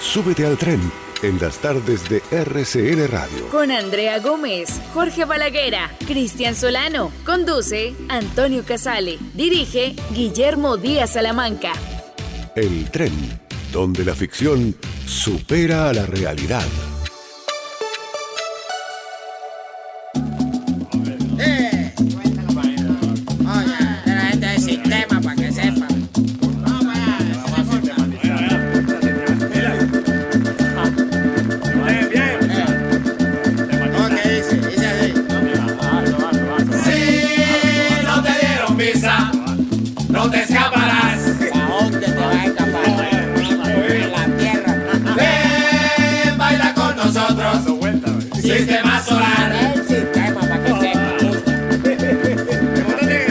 Súbete al tren en las tardes de RCN Radio. Con Andrea Gómez, Jorge Balaguera, Cristian Solano. Conduce Antonio Casale. Dirige Guillermo Díaz Salamanca. El tren, donde la ficción supera a la realidad. Sistema solar. El sistema para que sepa. Si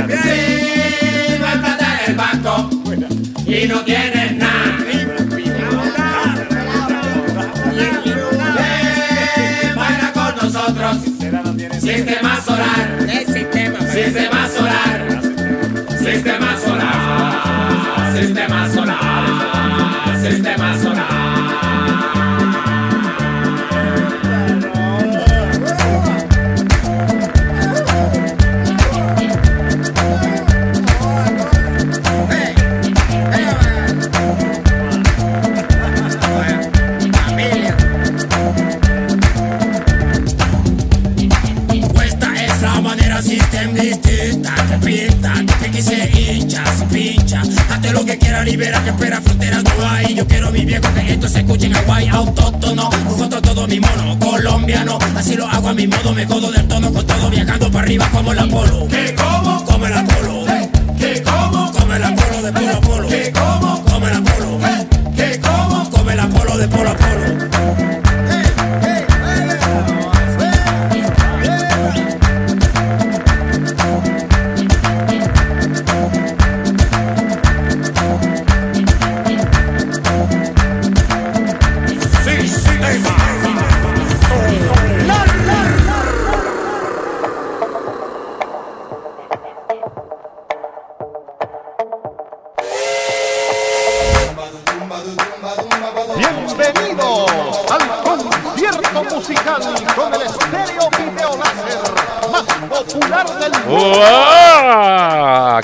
no estás en el banco y no tienes nada. Ven, baila con nosotros. Sistema solar. Sistema solar. Sistema solar. Sistema solar. Sistema solar. libera que espera fronteras no hay. Yo quiero mi viejo que esto se escuche en Hawái, autóctono, junto todo mi mono, colombiano. Así lo hago a mi modo, me codo del tono con todo, viajando para arriba como el Apolo. ¿Qué como? Come el Apolo. ¿Qué como? Come el Apolo de polo a polo. ¿Qué como? Come el Apolo. ¿Qué como? Come el Apolo de polo a polo.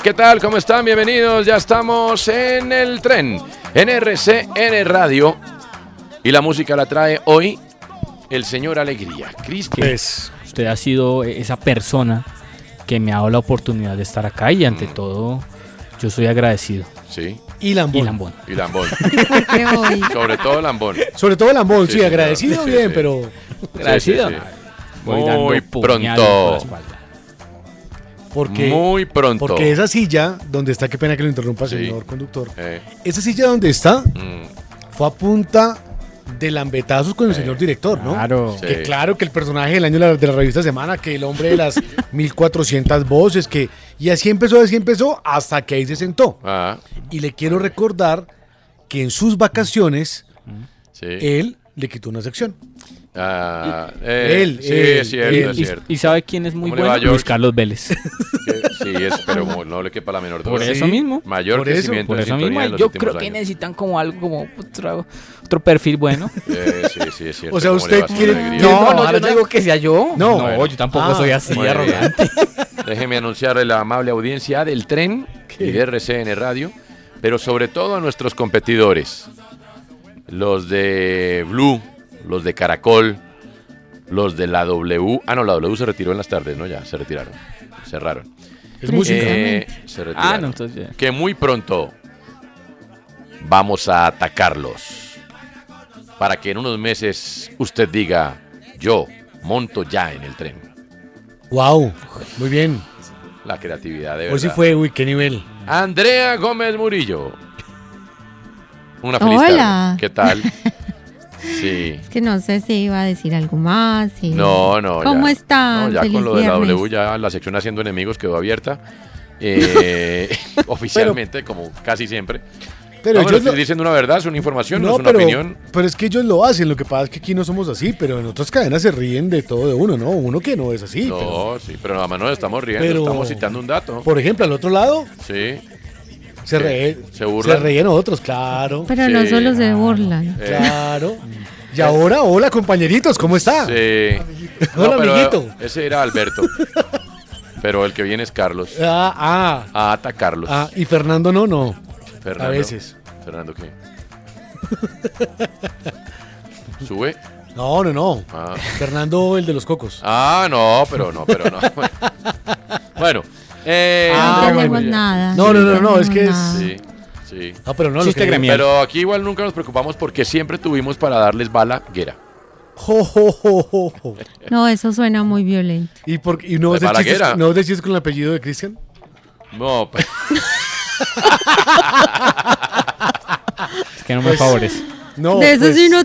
¿Qué tal? ¿Cómo están? Bienvenidos. Ya estamos en el tren, en RCN Radio. Y la música la trae hoy el señor Alegría, Cristian. Pues, usted ha sido esa persona que me ha dado la oportunidad de estar acá y ante mm. todo yo soy agradecido. Sí. Y Lambón. Y Lambón. Y Lambón. Sobre todo Lambón. Sobre todo Lambón, sí, sí agradecido sí, bien, sí. pero... Agradecido. Muy pronto. Porque, Muy pronto. Porque esa silla donde está, qué pena que lo interrumpa, sí. señor conductor. Eh. Esa silla donde está mm. fue a punta de lambetazos con el eh. señor director, ¿no? Claro. Sí. Que claro que el personaje del año de la revista Semana, que el hombre de las 1400 voces, que. Y así empezó, así empezó, hasta que ahí se sentó. Ah. Y le quiero recordar que en sus vacaciones, sí. él le quitó una sección. Ah, eh, él, sí, él, es cierto, él. es cierto. ¿Y, sabe quién es muy bueno? Luis Carlos Vélez. sí, es, pero no le quepa la menor duda. Por eso sí, mismo. Mayor por eso, crecimiento por eso mismo. Yo creo que años. necesitan como algo, como otro, otro perfil bueno. Eh, sí, sí, es cierto. O sea, usted quiere... No, no, no, yo no digo que sea yo. No, bueno, yo tampoco ah, soy así bueno, arrogante. Déjeme anunciarle la amable audiencia del tren ¿Qué? y de RCN Radio, pero sobre todo a nuestros competidores, los de Blue los de Caracol, los de la W. Ah, no, la W se retiró en las tardes, ¿no? Ya, se retiraron. Cerraron. Es música. Eh, se retiraron. Ah, no, entonces ya. Que muy pronto vamos a atacarlos. Para que en unos meses usted diga, yo monto ya en el tren. Wow, muy bien. La creatividad de verdad. Pues sí fue, uy, qué nivel. Andrea Gómez Murillo. Una feliz Hola. tarde. ¿Qué tal? Sí. Es que no sé si iba a decir algo más. si- No, no. ¿Cómo ya. están? No, ya Feliz con lo de la viernes. W, ya la sección Haciendo Enemigos quedó abierta. eh, oficialmente, como casi siempre. Pero Pero ellos estoy lo- diciendo una verdad, es una información, no, es una pero, opinión. pero es que ellos lo hacen, lo que pasa es que aquí no somos así, pero en otras cadenas se ríen de todo de uno, ¿no? Uno que no es así. no, pues pero- sí, pero nada más nos estamos riendo, Pero- estamos citando un dato. por ejemplo, al otro lado Sí. se, re- se burlan. reían otros, claro. Pero no Sí. solo se burlan. Eh, Claro. Y ahora, hola compañeritos, ¿cómo está? sí. Hola, pero eh, amiguito. Ese era Alberto. pero el que viene es Carlos. Ah, ah, A atacarlos. ah, y Fernando no, no. pues Fernando. a veces. Fernando, ¿qué? ¿Sube? No, no, no. Ah. Fernando, el de los cocos. Ah, no, pero no, pero no. Bueno. eh, Ah, no tenemos bueno. nada. No, no, no, no, es tenemos que es- nada. Sí, sí. No, pero no, Chiste que- gremial. Pero aquí igual nunca nos preocupamos porque siempre tuvimos para darles bala guera. Jo, jo, eh. jo, jo, jo. No, eso suena muy violento. ¿Y, por, y no, De ¿ah? es de chistes- Balaguera. no es de chistes con el apellido de Cristian? No, pues, Es que no Pues, me favores. No. de eso pues, sí no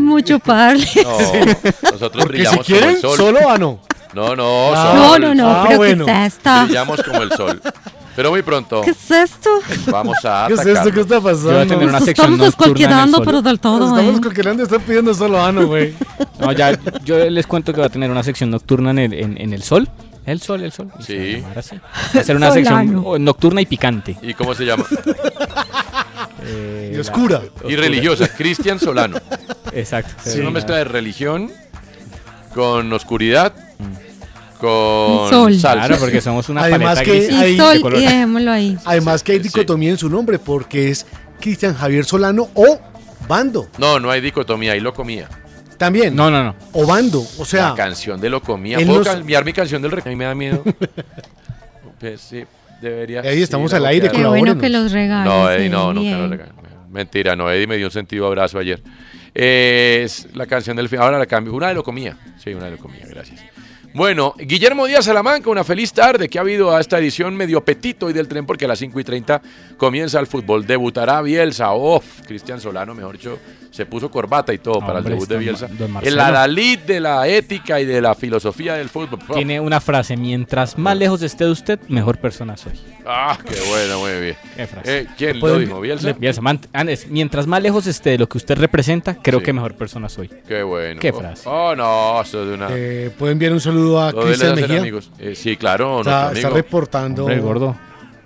mucho para darle. no. Nosotros Porque brillamos si quieren, como el sol. solo ah, no. No, no, Ah, No, sol. no, no, Ah, pero bueno. ¿qué es esto? Brillamos como el sol. Pero muy pronto ¿Qué es esto? vamos a ¿Qué es esto? ¿Qué atacar. está Yo voy a tener pasando? una Nos sección estamos descualquierando, nocturna en pero el del Nos todo, ¿eh? Estamos coqueteando, están pidiendo solo ano, güey. sol. No, ya, yo les cuento que va a tener una sección nocturna en el, en, en el sol. El sol, el sol. Sí. Y se va a llamar así. Va a ser una Solano. sección oh, nocturna y picante. ¿Y cómo se llama? Eh, Y oscura. Y religiosa. Cristian Solano. la- Exacto. Es una mezcla de religión con oscuridad, con Sol. salsa. Claro, porque somos una Además paleta que- gris. Y ahí, de sol, color. y dejémoslo ahí. Además que hay sí. dicotomía en su nombre porque es Cristian Javier Solano o Bando. No, no hay dicotomía, hay locomía. También. No, no, no. O Bando. O sea, la canción de locomía. él ¿Puedo nos- cambiar mi canción del recuerdo? A mí me da miedo. Pues sí, debería. Ahí sí, estamos la al voy a aire, Qué quedar. bueno colabórenos. que los regalos. No, Eddie, no, bien. nunca lo regaño. Mentira, no, Eddie me dio un sentido abrazo ayer. Eh, es la canción del final. Ahora la cambio. Una de locomía. Sí, una de locomía, gracias. Bueno, Guillermo Díaz Salamanca, una feliz tarde que ha habido a esta edición medio petito hoy del tren porque a las 5 y 30 comienza el fútbol. Debutará Bielsa. Oh, Cristian Solano, mejor dicho, se puso corbata y todo para el Hombre, debut de este Bielsa. ma- don Marcelo. El adalid de la ética y de la filosofía del fútbol. Oh, Tiene una frase, mientras más lejos esté de usted, mejor persona soy. Ah, qué bueno, muy bien. Qué frase. Eh, ¿Quién lo Pueden- dijo? ¿Bielsa? Bielsa, man- Andrés, mientras más lejos esté de lo que usted representa, creo Sí. que mejor persona soy. Qué bueno. Qué Oh, frase. Oh, no, eso es de una... eh, puede enviar un saludo a Lo de él es Cristian hacer Mejía. amigos. Eh, sí, claro, Está, nuestro está amigo. reportando. Hombre, gordo.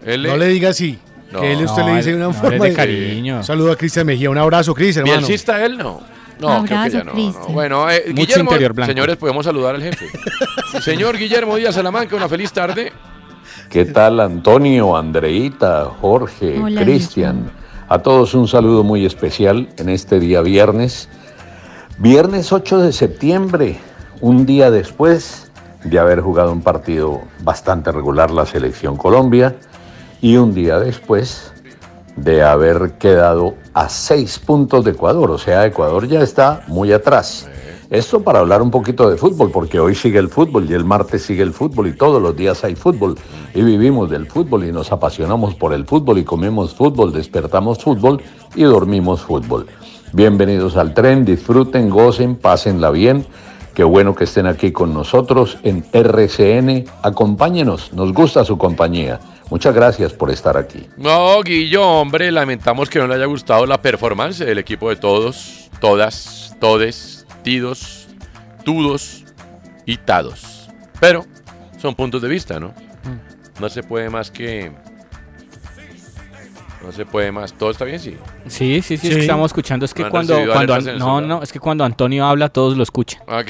Él No es- le diga así. No. que él usted No, le dice de él- una no, forma él es de cariño. Un saludo a Cristian Mejía. Un abrazo, Cristian, hermano. Bielcista él no. No, creo Un que abrazo, ya no, no. Cristian. Bueno, eh, Mucho Guillermo, interior blanco. señores, podemos saludar al jefe. Señor Guillermo Díaz Salamanca, una feliz tarde. ¿Qué tal Antonio, Andreita, Jorge, Hola, Cristian? A todos un saludo muy especial en este día viernes. Viernes 8 de septiembre, un día después de haber jugado un partido bastante regular la selección Colombia y un día después de haber quedado a seis puntos de Ecuador. O sea, Ecuador ya está muy atrás. Esto para hablar un poquito de fútbol, porque hoy sigue el fútbol y el martes sigue el fútbol y todos los días hay fútbol y vivimos del fútbol y nos apasionamos por el fútbol y comemos fútbol, despertamos fútbol y dormimos fútbol. Bienvenidos al tren, disfruten, gocen, pásenla bien. Qué bueno que estén aquí con nosotros en RCN. Acompáñenos, nos gusta su compañía. Muchas gracias por estar aquí. No, Guillo, hombre, lamentamos que no le haya gustado la performance del equipo de todos, todas, todes, tidos, tudos y tados. Pero son puntos de vista, ¿no? Mm. No se puede más que... No se puede más. ¿Todo está bien? Sí. Sí, sí, sí, Sí. es que estamos escuchando. Es que No han cuando. recibido cuando alertas An- en no, su- no, es que cuando Antonio habla, todos lo escuchan. Ok.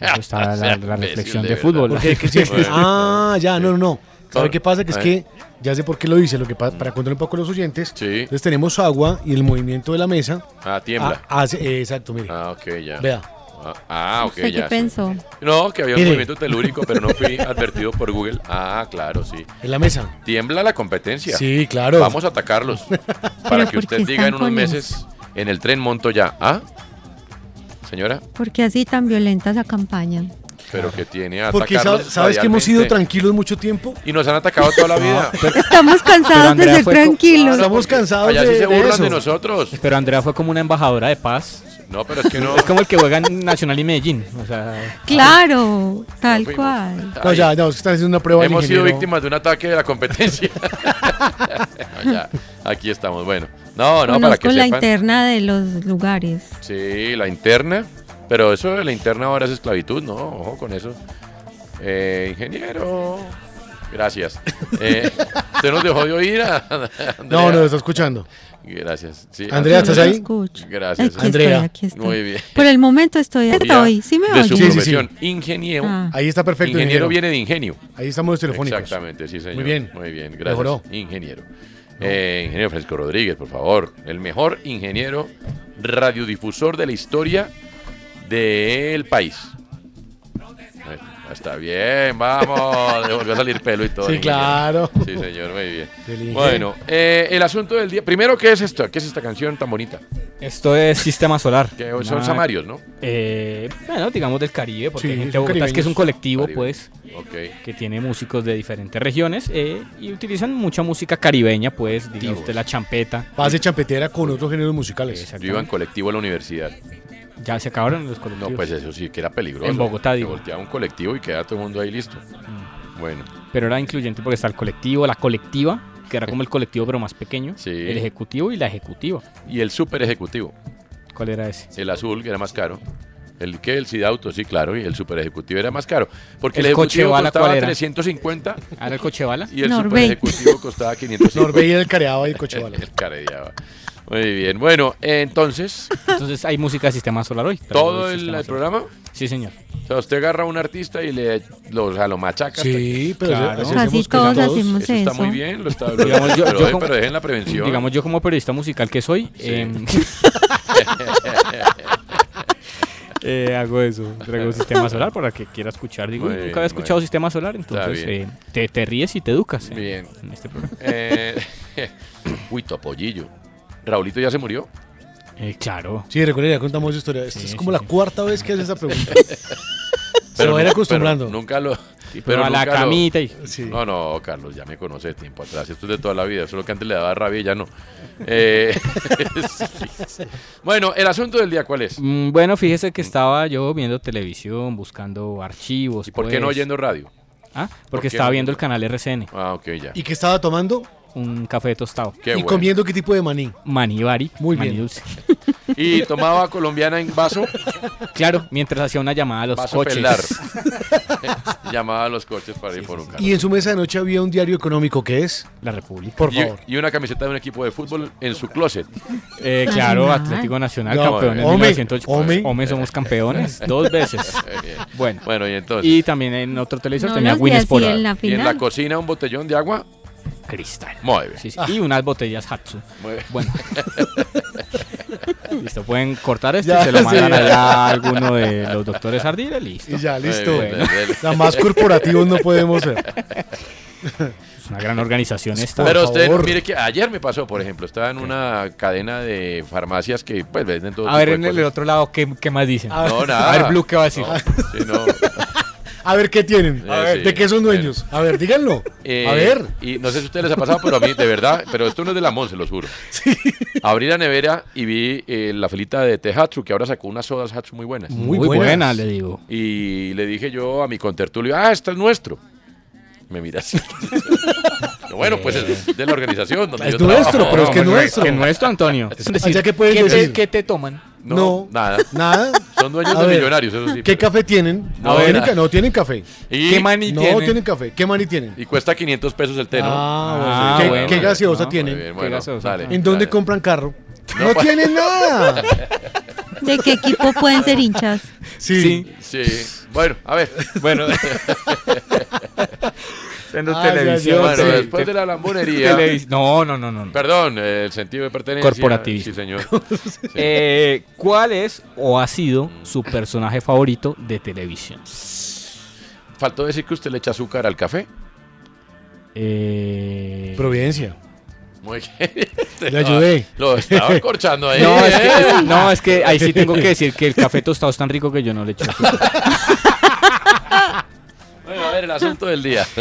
Eso está la, la reflexión de verdad. fútbol. Porque Cristian- Bueno. ah, ya, no, no, no. ¿Sabe Claro. qué pasa? Que es Eh. que, ya sé por qué lo dice, lo que pa- para contar un poco a los oyentes. Sí. Entonces tenemos agua y el movimiento de la mesa. Ah, tiembla. ah, hace- eh, exacto, mire. Ah, ok, ya. Vea. Ah, ah, ok, No sé ya. qué sí. pensó. No, que había un Mire. movimiento telúrico, pero no fui advertido por Google. Ah, claro, sí. En la mesa. Tiembla la competencia. Sí, claro. Vamos a atacarlos. para Pero que ¿por usted qué diga en están unos con meses en el tren monto ya. ¿Ah? Señora, ¿Por qué así tan violentas la campaña? pero que tiene a Porque atacarnos sabes, sabes que hemos sido radialmente. tranquilos mucho tiempo. Y nos han atacado toda la vida. Estamos cansados de Andrea ser fue co- tranquilos. Estamos cansados Allá Ah, sí de, se de burlan eso. de nosotros. Pero Andrea fue como una embajadora de paz. No, pero es que no. Es como el que juega en Nacional y Medellín. O sea, Claro, tal fuimos. cual. No, Ahí. ya, no, es que están haciendo una prueba. al Hemos sido ingeniero. víctimas de un ataque de la competencia. No, ya, aquí estamos. Bueno, no, no, para que Conozco la sepan. interna de los lugares. Sí, la interna. Pero eso de la interna ahora es esclavitud, ¿no? Ojo con eso. Eh, ingeniero. Gracias. Eh, usted nos dejó de oír a No, Andrea. no, está escuchando. Gracias. Sí, Andrea, No ¿estás lo ahí? escucho. Gracias. Aquí Andrea. estoy, aquí estoy. Pues Muy bien. Por el momento estoy hasta hoy. ¿Sí me de su oyen? Sí, sí, sí. profesión, ingeniero. Ah. Ahí está perfecto. ingeniero, viene de ingenio. Ahí estamos los telefónicos. Exactamente, sí, señor. Muy bien. Muy bien, gracias. Mejoró. Ingeniero. Eh, ingeniero Francisco Rodríguez, por favor. El mejor ingeniero radiodifusor de la historia del país. Ahí Está bien, vamos. Le volvió a salir pelo y todo. Sí, ingeniero. claro. Sí, señor, muy bien. Del ingeniero. Bueno, eh, el asunto del día. Primero, ¿qué es esto? ¿Qué es esta canción tan bonita? esto es sistema solar. Que son Una- samarios, ¿no? eh, bueno, digamos del Caribe, porque Sí, hay gente de son Bogotá es que es un caribeños. colectivo, Caribe. pues, Ok. que tiene músicos de diferentes regiones eh, y utilizan mucha música caribeña, pues, diga Dios. usted la champeta. Pase champetera con otros géneros musicales. Exactamente. Yo iba en colectivo a la universidad. Ya se acabaron los No, colectivos. pues eso sí, que era peligroso. En Bogotá, Se digo. Mm. Volteaba un colectivo y quedaba todo el mundo ahí listo. Bueno, Pero era incluyente porque está el colectivo, la colectiva, que era como el colectivo pero más pequeño, Sí. el ejecutivo y la ejecutiva. y el super ejecutivo, ¿Cuál era ese? el azul, que era más caro. El que el Cid Auto, sí, claro, y el super ejecutivo era más caro. Porque el, ¿El coche ejecutivo bala costaba cuál era? 350 ¿Ah, ¿Era el Cochebala? y el super Norbey. ejecutivo costaba 550. Norbey era el careado y el Cochabamba. El caredeaba. Muy bien. Bueno, entonces, Entonces hay música de sistema solar hoy. pero no todo es el, sistema el solar. programa. Sí, señor. O sea, usted agarra a un artista y le lo, o sea, lo machaca. Sí, pero Claro. así Casi hacemos todos casi hasta- hacemos Eso está eso. muy bien, lo está. lo- Digamos, yo- pero, yo eh, como- pero dejen la prevención. Digamos, yo como periodista musical que soy, em, eh, hago eso. Traigo sistema solar para que quiera escuchar. Digo, Muy nunca bien, había muy escuchado bien. sistema solar, entonces bien. eh, te, te ríes y te educas. eh, Bien. En este programa. Eh, uy, Topollillo. Raulito ya se murió. Eh, claro. Sí, recuerda, ya contamos esa historia. Esta Sí, es sí, como la sí. cuarta vez que haces esa pregunta. Se va a ir nu- acostumbrando. pero nunca lo. Pero a la nunca lo- camita y... Sí. No, no, Carlos, ya me conoce de tiempo atrás. Esto es de toda la vida. Solo que antes le daba rabia y ya no. Eh, sí. Bueno, el asunto del día, ¿cuál es? Mm, Bueno, fíjese que estaba yo viendo televisión, buscando archivos. ¿Y por qué no pues. oyendo radio? Ah, ¿Por porque qué estaba no? viendo el canal RCN, Ah, ok, ya. ¿Y qué estaba tomando? un café tostado. Qué ¿Y bueno. comiendo qué tipo de maní? Manibari, Muy maní bien. dulce. Y tomaba colombiana en vaso, Claro, mientras hacía una llamada a los vaso coches. pelar. Llamaba a los coches para ir por un carro. Y en su mesa de noche había un diario económico que es, La República. por Y- favor. y una camiseta de un equipo de fútbol en su closet. Eh, claro, Nacional. Atlético Nacional, No, campeones hombre, 1908. hombre. Pues, hombre, somos campeones dos veces. Bueno, Bueno, y entonces. y también en otro televisor No tenía los vi así Winsport. en la Y en la final. cocina un botellón de agua. Cristal. Muy bien. Sí, sí, Y unas botellas Hatsu. Muy bien. Bueno. listo, pueden cortar esto Ya, y se lo sí, mandan ya. allá a alguno de los doctores Ardila, listo. Y ya, Muy listo. bien, dale. La más corporativos no podemos ser. Es una gran organización esta. Pues, Pero Por usted, favor. mire que ayer me pasó, por ejemplo, estaba en una cadena de farmacias que pues venden todo a ver, tipo en de el, el cosas. otro lado, ¿qué, qué más dicen? A ver- No, nada. A ver, Blue, ¿qué va a decir? No, sí, no. A ver qué tienen. A ver, ¿De Eh, sí, qué son dueños? A ver, díganlo. Eh, A ver. Y no sé si a ustedes les ha pasado, pero a mí, de verdad, pero esto no es de la Monse, los juro. Abrí la nevera y vi eh, la filita de té Hatsu, que ahora sacó unas sodas Hatsu muy buenas. Muy buenas. buena, le digo. Y le dije yo a mi contertulio, ah, este es nuestro. Me mira así. Yo, bueno, pues es de la organización donde Es yo trabajo. nuestro, pero es que Eh. No, no hombre, nuestro. Que nuestro, Antonio. Es decir, Allá que pueden ¿qué, decir. te, qué te toman? No, No. nada. Nada. Son dueños A de ver, millonarios, eso sí. ¿Qué pero- café tienen? No, No, tienen, era- ca- no tienen café. y, ¿Qué mani No tienen? tienen café. ¿Qué maní tienen? y cuesta 500 pesos el té, ¿no? Ah, Ah, ¿qué, bueno. qué gaseosa Ah, tienen? Muy bien, Qué bueno, gaseosa. dale, ¿En dónde dale. compran carro? No, No, pa- tienen nada. ¿De qué equipo pueden ser hinchas? Sí. Sí, bueno, a ver. Bueno. Siendo Ah, ya, televisión. ya, Bueno, sí. después de la lambonería. televis- No, no, no, no. no. Perdón, eh, el sentido de pertenencia. Corporativismo. Sí, señor. Eh, ¿Cuál es o ha sido su personaje favorito de televisión? Faltó decir que usted le echa azúcar al café. Eh, Providencia. Muy bien. Este Le ayudé. Ah, Lo estaba corchando ahí. No, es ¿eh? que, es- no, es que ahí sí tengo que decir que el café tostado es tan rico que yo no le echo. azúcar. ver, el asunto del día.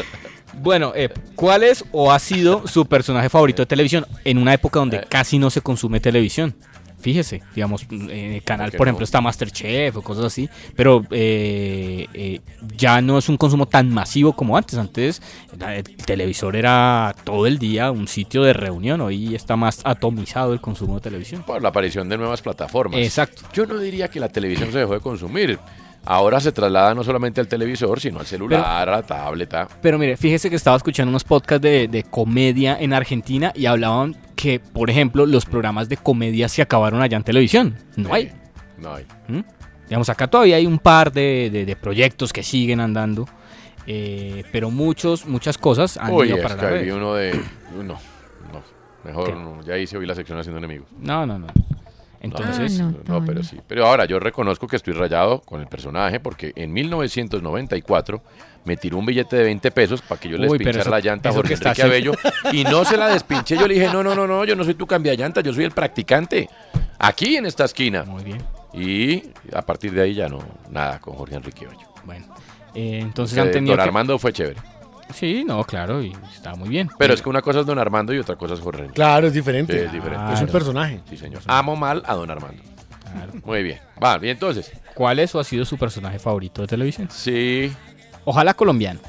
Bueno, eh, ¿cuál es o ha sido su personaje favorito de televisión en una época donde casi no se consume televisión? Fíjese, digamos, en el canal, ¿Por qué por ejemplo, no? está Masterchef o cosas así, pero eh, eh, ya no es un consumo tan masivo como antes. Antes la- el televisor era todo el día un sitio de reunión, hoy está más atomizado el consumo de televisión. Por la aparición de nuevas plataformas. Exacto. Yo no diría que la televisión se dejó de consumir. Ahora se traslada no solamente al televisor, sino al celular, a la tableta. Pero mire, fíjese que estaba escuchando unos podcasts de, de comedia en Argentina y hablaban que, por ejemplo, los programas de comedia se acabaron allá en televisión. No Eh, hay. No hay. ¿Mm? Digamos, acá todavía hay un par de, de- de proyectos que siguen andando, eh, pero muchos, muchas cosas han Uy, ido es para la que red. vi uno de... uy, No, no. Mejor ¿Qué? no. Ya hice hoy la sección haciendo enemigos. No, no, no. Entonces, no, pero sí. Pero ahora yo reconozco que estoy rayado con el personaje porque en 1994 me tiró un billete de 20 pesos para que yo les Uy, pero pinchara eso- la llanta a eso Jorge que está Enrique Abello haciendo. y no se la despinché. Yo le dije, no, no, no, no, yo no soy tu cambiallanta, yo soy el practicante aquí en esta esquina. Muy bien. Y a partir de ahí ya no, nada con Jorge Enrique Abello. Bueno, eh, entonces Que han tenido Don que- Armando fue chévere. Sí, no, claro, y está muy bien. Pero es que una cosa es Don Armando y otra cosa es Jorge Enrique. Claro, es diferente. Sí, es diferente. Es un personaje. Sí, señor. Amo mal a Don Armando. Muy bien. Va, y entonces. ¿Cuál es o ha sido su personaje favorito de televisión? Sí. Ojalá colombiano.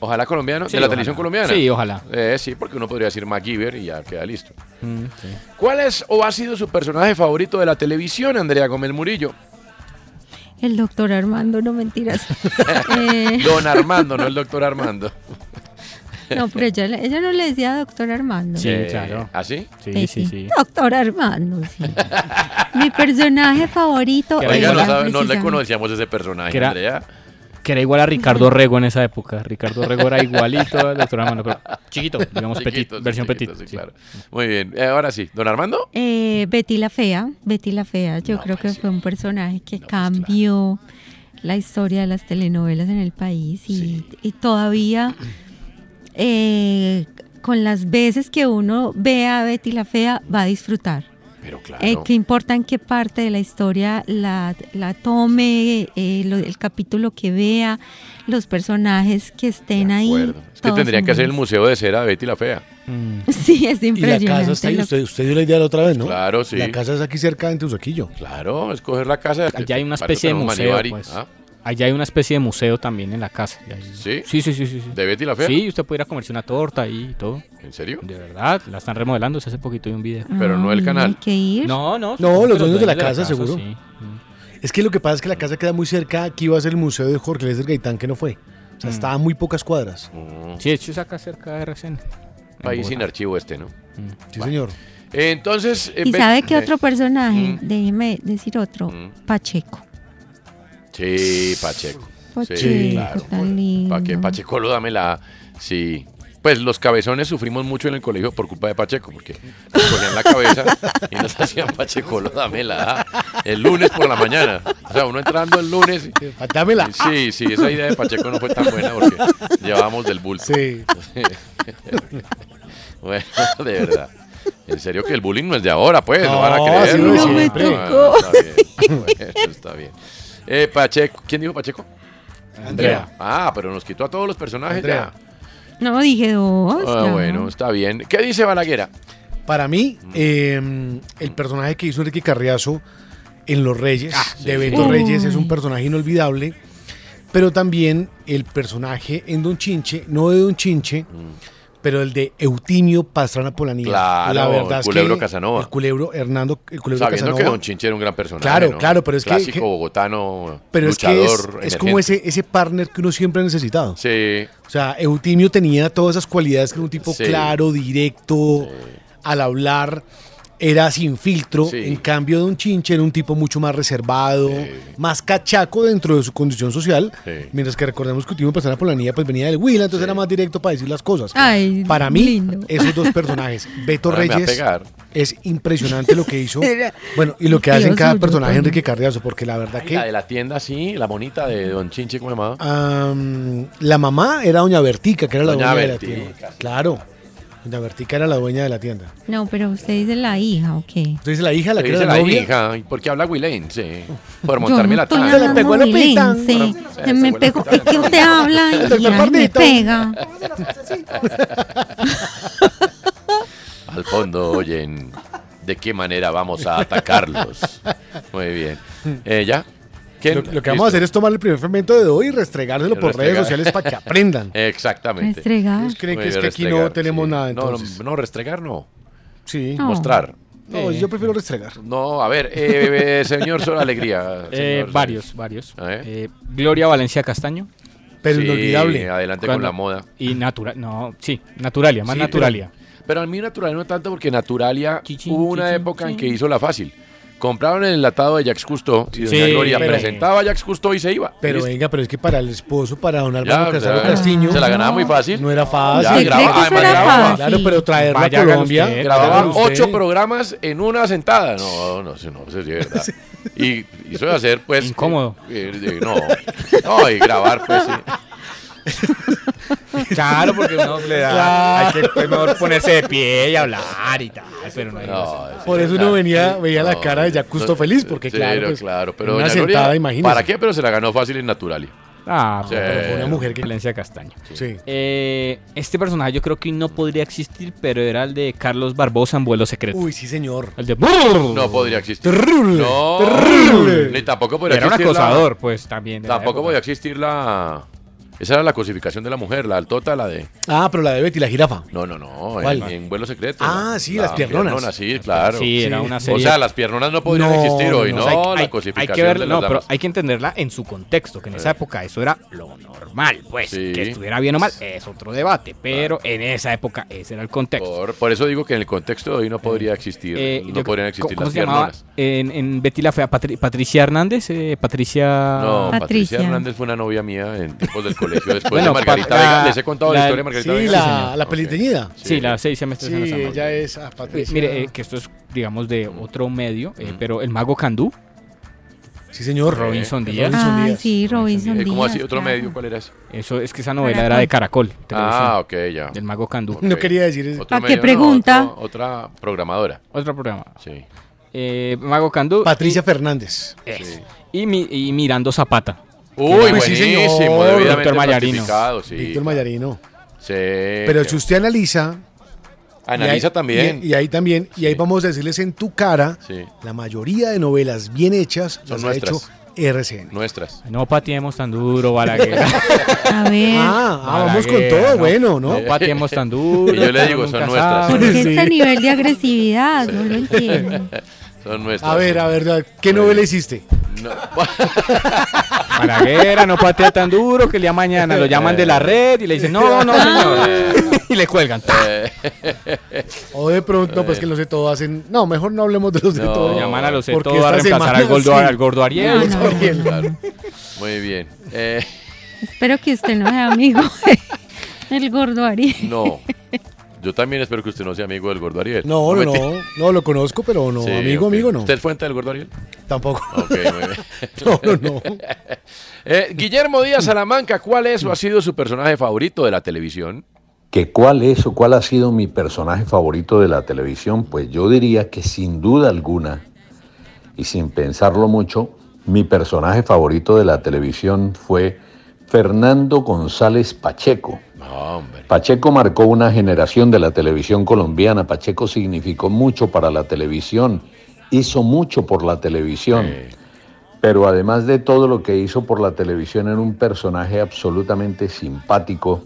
Ojalá colombiano, Sí, de la ojalá. televisión colombiana. Sí, ojalá. Eh, sí, porque uno podría decir MacGyver y ya queda listo. mm. ¿Cuál es o ha sido su personaje favorito de la televisión, Andrea Gómez Murillo? El doctor Armando, no mentiras. Eh, Don Armando, no el doctor Armando. no, pero ella, le- ella no le decía doctor Armando. Eh, Sí, claro. ¿Ah, sí? Sí, sí, Doctor Armando, sí. Mi personaje favorito Que Oiga, era no, sabe- no le precisamente- conocíamos ese personaje, Que era- Andrea. Que era igual a Ricardo Rego en esa época. Ricardo Rego era igualito al doctor Armando, pero chiquito, digamos petit, Chiquito, sí, versión chiquito, petit. sí, claro. Muy bien. Eh, ahora sí, ¿Don Armando? Eh, Betty la Fea, Betty la Fea, yo creo pues que fue un personaje que cambió la historia de las telenovelas en el país y, y todavía eh, con las veces que uno vea a Betty la Fea va a disfrutar. Pero claro. Eh, que importa en qué parte de la historia la, la tome, eh, lo- el capítulo que vea, los personajes que estén ahí. Es que todos tendrían que hacer el son museo de cera de Betty la Fea. Mm. buenos. Sí, es Y la impresionante. casa está ahí. lo- Usted, usted dio la idea la otra vez, ¿no? Claro, sí. La casa es aquí cerca en Tuzoquillo. Claro, escoger la casa. Allá hay una Para eso especie de tenemos museo, Manivari. pues. Ah, Allá hay una especie de museo también en la casa. Ya hay- ¿Sí? Sí, sí, sí, sí. sí. ¿De Betty la Fea? Sí, usted puede ir a comerse una torta ahí y todo. ¿En serio? De verdad, la están remodelando. Hace poquito hay un video. Pero no el canal. que ir. No, no. No, supongo los que dueños de la casa, seguro. sí. Es que lo que pasa es que la casa queda muy cerca. Aquí iba a ser el museo de Jorge Lester Gaitán, que no fue. O sea, Mm. estaba a muy pocas cuadras. Mm. Sí, de hecho es acá cerca de RCN. País Bogotá. sin archivo este, ¿no? Mm. Sí, señor. Entonces. eh, ¿Y Be- sabe qué eh, otro Mm. personaje? Déjeme decir otro. Pacheco. Sí, Pacheco. Pacheco, sí, claro. tan lindo. Pa que Pacheco lo dámela. Sí. Pues los cabezones sufrimos mucho en el colegio por culpa de Pacheco, porque nos ponían la cabeza y nos hacían Pacheco lo dámela el lunes por la mañana. O sea, uno entrando el lunes. Ah, Dámela. Sí, sí, esa idea de Pacheco no fue tan buena porque llevábamos del bulto. Sí. Bueno, de verdad. En serio que el bullying no es de ahora, pues. No, van a No, creer. sí, no me Bueno, tocó. está bien. Bueno, está bien. Eh, Pacheco. ¿Quién dijo Pacheco? Andrea. Ah, pero nos quitó a todos los personajes Andrea. ya. No, dije dos. Ah, Pues ya. bueno, está bien. ¿Qué dice Balaguera? Para mí, Mm. eh, el personaje que hizo Enrique Carriazo en Los Reyes, Ah, de Beto Uy. Reyes, es Mm. un personaje inolvidable. Pero también el personaje en Don Chinche, no de Don Chinche, Mm. pero el de Eutinio Pastrana Polanía. Claro, la verdad el es culebro que Casanova. El culebro Hernando, el culebro Sabiendo Casanova. que Don Chinche era un gran personaje. Claro, ¿no? claro, pero es que- Clásico que- bogotano, pero es que luchador. es, es como emergente. ese, ese partner que uno siempre ha necesitado. Sí, O sea, Eutimio tenía todas esas cualidades que era un tipo Sí. claro, directo, al hablar, era sin filtro. Sí. En cambio, Don Chinche era un tipo mucho más reservado, más cachaco dentro de su condición social. Sí. Mientras que recordemos que Eutimio Pastrana Polanía pues venía del Huila, entonces era más directo para decir las cosas. Ay, para mí, lindo. esos dos personajes, Beto Ahora me va a Reyes, pegar. es impresionante lo que hizo. Bueno, y lo que Dios hace en cada mío, personaje también. Enrique Carriazo, porque la verdad Ay, que... la de la tienda, sí, la bonita de Don Chinche, ¿cómo llamaba? Am, la mamá era doña Bertica, que era la Doña doña, de la Bertica, tienda. Claro. Doña Bertica era la dueña de la tienda. No, pero usted dice la hija, ¿o qué? Usted dice la hija, la que dice era la la novia. hija, ¿y por qué habla Wilense? Por Yo montarme no la estoy tanga. hablando violence. Se me pegó. Es que usted habla y Doctor ya me Gordito. pega. Al fondo oyen de qué manera vamos a atacarlos. Muy bien. Eh, ¿Ya? Lo, lo que vamos a hacer es tomar el primer fermento de hoy y restregárselo por redes sociales para que aprenda. aprendan. Exactamente. Restregar. ¿Ustedes creen que Muy es bien, que aquí no restregar, tenemos nada, No, entonces? No, no, restregar no. Sí. No. Mostrar. No, yo prefiero restregar. No, a ver, eh, eh, señor Sol Alegría. Eh, señor- varios, varios. Eh, Gloria Valencia Castaño. Pero Sí, inolvidable. adelante con la moda. Y natural, no, sí, Naturalia, más Sí, pero- Naturalia. Pero, a mí Naturalia no tanto porque Naturalia hubo una época en que hizo la fácil. Compraron el enlatado de Jacques Cousteau y doña Sí, Gloria pero- presentaba a Jacques Cousteau y se iba. Pero Listo. venga, pero es que para el esposo, para don Álvaro Ya, Casado ya, Castiño. se la ganaba muy fácil. No era Ya, fácil. graba- además grababa- Claro, pero traerlo Vaya, a hágalo Colombia. usted, Grababan Grababan ocho programas en una sentada. No, no, sé, no, sé si es verdad. Y, y eso de hacer, pues. Incómodo. no, no, y grabar, pues sí. Claro, porque uno le da. Claro. Hay que pues, es mejor ponerse de pie y hablar y tal. Pero no hay no, Por eso uno venía, veía la cara de Jacusto feliz, porque Sí, claro, no, pues, claro, en pero una doña Gloria, sentada, imagínese. ¿Para qué? Pero se la ganó fácil en Naturalia. Ah, Sí. pero fue una mujer que- Valencia Castaño. Sí. Eh, este personaje yo creo que no podría existir, pero era el de Carlos Barbosa en Vuelo Secreto. pues, Uy, sí, señor. El de... No podría existir. Terrible, No, terrible. Ni tampoco podría Era un existir la- acosador, pues, también de la Tampoco época. podía existir la. Esa era la cosificación de la mujer, la altota, la de. Ah, pero la de Betty, la jirafa. No, no, no, ¿Cuál? en, en vuelo secreto. Ah, la- sí, la las piernonas. sí, claro. Sí, era una O serie- sea, las piernonas no podrían No, existir hoy, ¿no? o sea, hay- la hay- cosificación hay que ver- de las no, pero damas. Eh. hay que entenderla en su contexto, que en esa época eso era lo normal, pues, Sí. que estuviera bien o mal, Eh, es otro debate, pero en esa época ese era el contexto. Por, por eso digo que en el contexto de hoy no podría existir, Eh, no yo- podrían ¿cómo- existir ¿Cómo las se llamaba? piernonas. En, en Betty la Fea, Patri- Patricia Hernández, eh, Patricia... No, Ah, Patricia. Hernández fue una novia mía en tiempos del colegio después Bueno, de Margarita pa- la- Vega. Les he contado la, la- historia de Margarita Sí, Vega. la, la peliteñida. Sí, la seis semestres en la Sí, Zambra. ella es a Eh, Patricia. Mire, eh, que esto es, digamos, de Mm. otro medio, eh, pero el mago Candú, sí, señor. Robinson Eh, Díaz. Robinson Ay, Díaz. Ah, sí, Robinson Eh, Díaz. ¿Cómo así? ¿Otro claro. medio? ¿Cuál era Ah, eso? Eso es que esa novela era de Caracol. Televisión, Ah, ok, ya. Del mago Candú. No quería decir eso. Otro ¿Para medio, qué no, pregunta? otro- otra programadora. Otro programa. Sí. Eh, mago Candú. Patricia Fernández. Eh, y, es. Y, mi- y Mirando Zapata. Uy, Pues sí, señor. buenísimo. Devidamente Víctor Mayarino. plastificado, sí. Víctor Mayarino. Sí. Pero que- si usted analiza. y Analiza ahí- también. Y, y ahí también. Y ahí vamos a decirles en tu cara. Sí. La mayoría de novelas bien hechas Son las nuestras. ha hecho RCN. Nuestras. No patiemos tan duro, Balaguer. A ver. Ah, ah, vamos con Balaguer, todo, no. bueno, ¿no? No patiemos tan duro. Y yo le digo, uno son nunca nuestras. ¿Por sabe. qué Sí. este nivel de agresividad? No lo entiendo. Son nuestras. A ver, a ver, a ver, ¿qué novela hiciste? No. Balaguera, no patea tan duro que el día mañana lo llaman Eh. de la red y le dicen, no, no, señor. y le cuelgan. Eh. O de pronto, no, pues que los de todo hacen. No, mejor no hablemos de los de No, todo. Eh. Llaman a los de Porque todo a esta reemplazar semana, al gordo, sí. al gordo No, Ariel. no. Ariel. Claro. Muy bien. Eh, Espero que usted no sea amigo del gordo Ari. no. Yo también espero que usted no sea amigo del gordo Ariel. No, no, mentira. no, no, lo conozco, pero no, Sí, amigo, ok. amigo, no. ¿Usted es fuente del gordo Ariel? Tampoco. Ok, muy bien. No, no, no. Eh, Guillermo Díaz Salamanca, ¿cuál es o ha sido su personaje favorito de la televisión? ¿Que cuál es o cuál ha sido mi personaje favorito de la televisión? Pues yo diría que sin duda alguna y sin pensarlo mucho, mi personaje favorito de la televisión fue Fernando González Pacheco. No, hombre. Pacheco marcó una generación de la televisión colombiana. Pacheco significó mucho para la televisión, hizo mucho por la televisión. Eh, Pero además de todo lo que hizo por la televisión, era un personaje absolutamente simpático.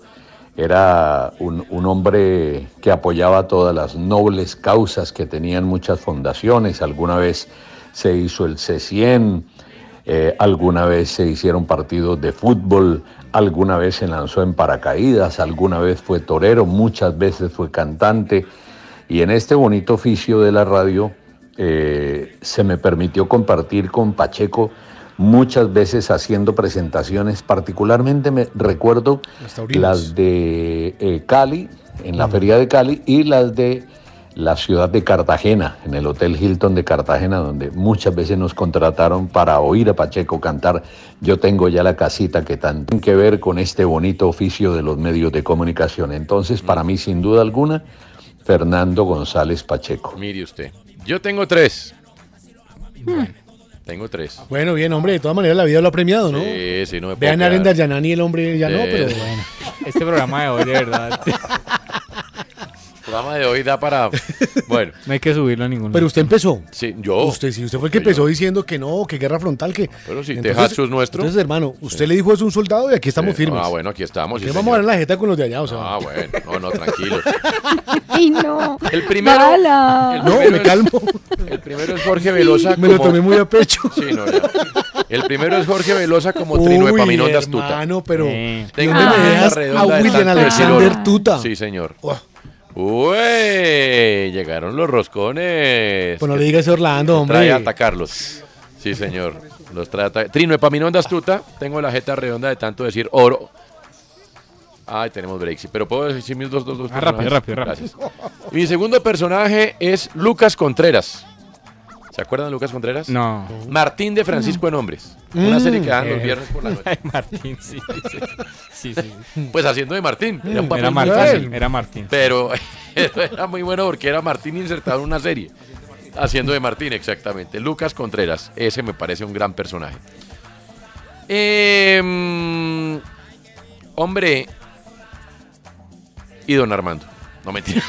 Era un, un hombre que apoyaba todas las nobles causas que tenían muchas fundaciones. Alguna vez se hizo el C100, eh, alguna vez se hicieron partidos de fútbol, alguna vez se lanzó en paracaídas, alguna vez fue torero, muchas veces fue cantante. Y en este bonito oficio de la radio eh, se me permitió compartir con Pacheco muchas veces haciendo presentaciones, particularmente me recuerdo Las taurinas. las de eh, Cali, en la feria de Cali, y las de la ciudad de Cartagena, en el Hotel Hilton de Cartagena, donde muchas veces nos contrataron para oír a Pacheco cantar Yo tengo ya la casita que tanto tiene que ver con este bonito oficio de los medios de comunicación. Entonces, para mí, sin duda alguna, Fernando González Pacheco. Mire usted. Yo tengo tres. Hmm. Tengo tres. Bueno, bien, hombre, de todas maneras la vida lo ha premiado, ¿no? Sí, sí, no me puedo Vean a quedar. Arenda Yanani, el hombre ya no, Sí. pero bueno. Este programa de hoy, de verdad. El programa de hoy da para. Bueno. No hay que subirlo a ningún Pero usted empezó. Sí, yo. Usted sí, usted fue el que Yo. empezó diciendo que no, que guerra frontal, que. Pero si Entonces- Tejacho es nuestro. Entonces, hermano, usted le dijo es un soldado y aquí estamos Eh, firmes. Ah, bueno, aquí estamos. sí, Que vamos a señor. dar la jeta con los de allá, o sea. Ah, bueno. No, no, tranquilo. Ay, no. El primero. Ah. Bala. el no, primero me es- calmo. El primero es Jorge Velosa. Me lo como- tomé muy a pecho. Sí, no, ya. El primero es Jorge Velosa como Uy, trinoepaminonda astuta. hermano, pero. Eh. ¿y Tengo ¿Dónde una me mesa dejas redonda a de William tanto Alexander valor. Tuta? Sí, señor. Oh, Uy, llegaron los roscones. Bueno, Pues le diga ese Orlando, hombre. Trae a atacarlos. Sí, señor. Los trae a atacar. Trino Epaminonda Astuta. Tengo la jeta redonda de tanto decir oro. Ay, tenemos Brexit. Pero puedo decir mis dos, dos, dos. Ah, rápido, personajes? rápido, rápido. Gracias. Mi segundo personaje es Lucas Contreras. ¿Se acuerdan de Lucas Contreras? No. Martín de Francisco en Hombres. Una serie que dan los viernes por la noche. Mm. Eh, Ay, Martín, sí. Sí, sí. sí. Pues haciendo de Martín. Era un papel Era muy Martín, fácil. era Martín. Pero era muy bueno porque era Martín insertado en una serie. Haciendo de Martín, exactamente. Lucas Contreras, ese me parece un gran personaje. Em, hombre. Y don Armando. No mentira.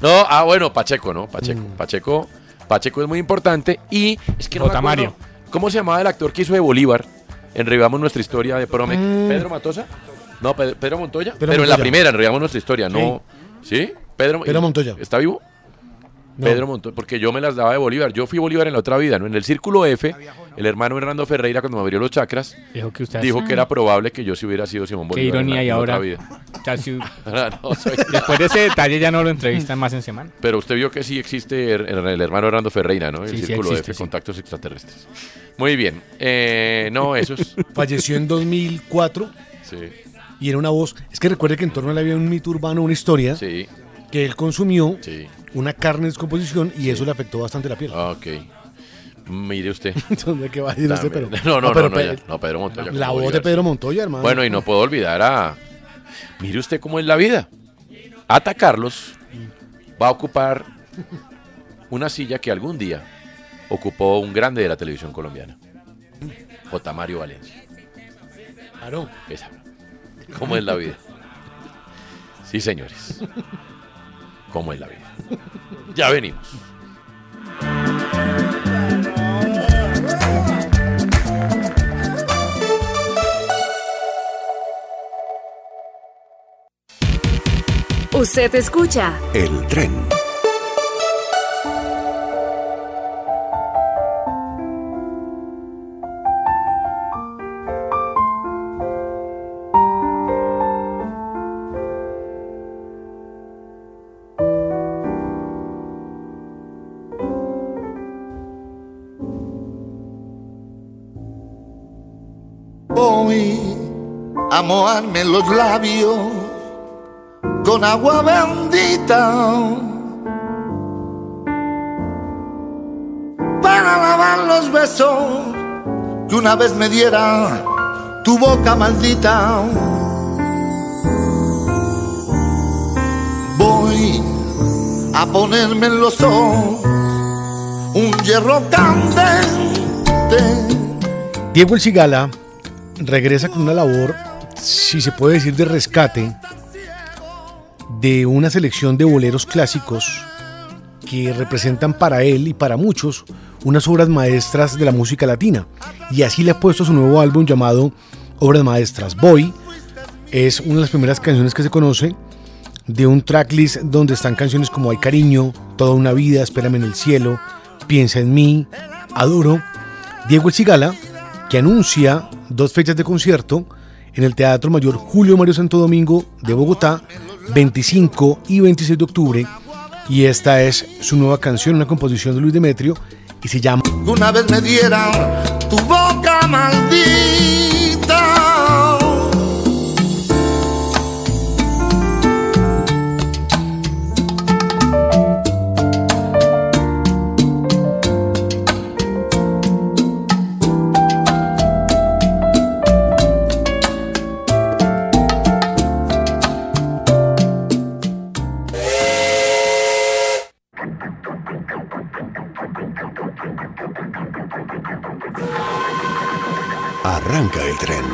no, ah, bueno, Pacheco, ¿no? Pacheco. Pacheco. Pacheco es muy importante. Y es que no me J. acuerdo, Mario. ¿Cómo se llamaba el actor que hizo de Bolívar? Enribamos nuestra historia de Promec. ¿eh? Mm. ¿Pedro Matosa? No, Pedro, Pedro Montoya. Pero en la Montoya. primera, enribamos nuestra historia, ¿no? ¿Sí? Pedro, Pedro Montoya. ¿Está vivo? No. Pedro Montoya, porque yo me las daba de Bolívar. Yo fui Bolívar en la otra vida, ¿no? En el Círculo F, el hermano Hernando Ferreira, cuando me abrió los chakras, Dijo que usted. dijo que era probable que yo sí hubiera sido Simón Qué Bolívar. en ironía, la- y en ahora. otra vida. o sea, si- Ahora no soy- después de ese detalle ya no lo entrevistan más en semana. Pero usted vio que sí existe el, el- el hermano Hernando Ferreira, ¿no? El Sí, sí Círculo existe, F, sí. contactos extraterrestres. Muy bien. Eh, no, esos. Falleció en 2004 Sí, y era una voz. Es que recuerde que en torno a él había un mito urbano, una historia sí, que él consumió sí. una carne en descomposición y eso le afectó bastante la piel. Ah, Ok. Mm, Mire usted. ¿Dónde que va a ir este, pero, También. No, no, pero no, no, Pe- ya. no, Pedro Montoya. La como voz de Bolívar, sí. Pedro Montoya, hermano. Bueno, y no puedo olvidar a. Mire usted cómo es la vida. Ata Carlos va a ocupar una silla que algún día ocupó un grande de la televisión colombiana, J. Mario Valencia. Claro. Esa. pues, ¿Cómo es la vida? Sí, señores. ¿Cómo es la vida? Ya venimos. Usted escucha El tren. Voy a mojarme los labios con agua bendita para lavar los besos que una vez me diera tu boca maldita. Voy a ponerme en los ojos un hierro candente. Diego El Cigala regresa con una labor, si se puede decir, de rescate de una selección de boleros clásicos que representan para él y para muchos unas obras maestras de la música latina. Y así le ha puesto su nuevo álbum llamado Obras Maestras. Boy es una de las primeras canciones que se conoce de un tracklist donde están canciones como Hay cariño, Toda una vida, Espérame en el cielo, Piensa en mí, Adoro. Diego El Cigala, que anuncia dos fechas de concierto en el Teatro Mayor Julio Mario Santo Domingo de Bogotá, 25 y 26 de octubre. Y esta es su nueva canción, una composición de Luis Demetrio, y se llama una vez me dieran tu boca maldita. Arranca el tren.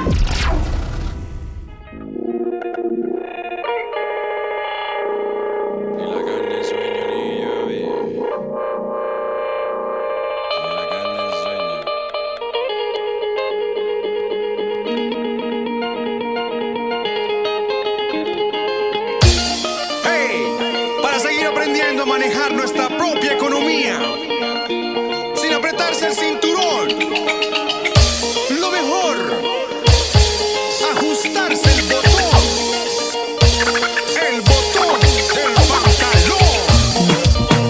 Hey, para seguir aprendiendo a manejar nuestra propia economía, sin apretarse el cinturón. Lo mejor, ajustarse el botón, el botón del pantalón.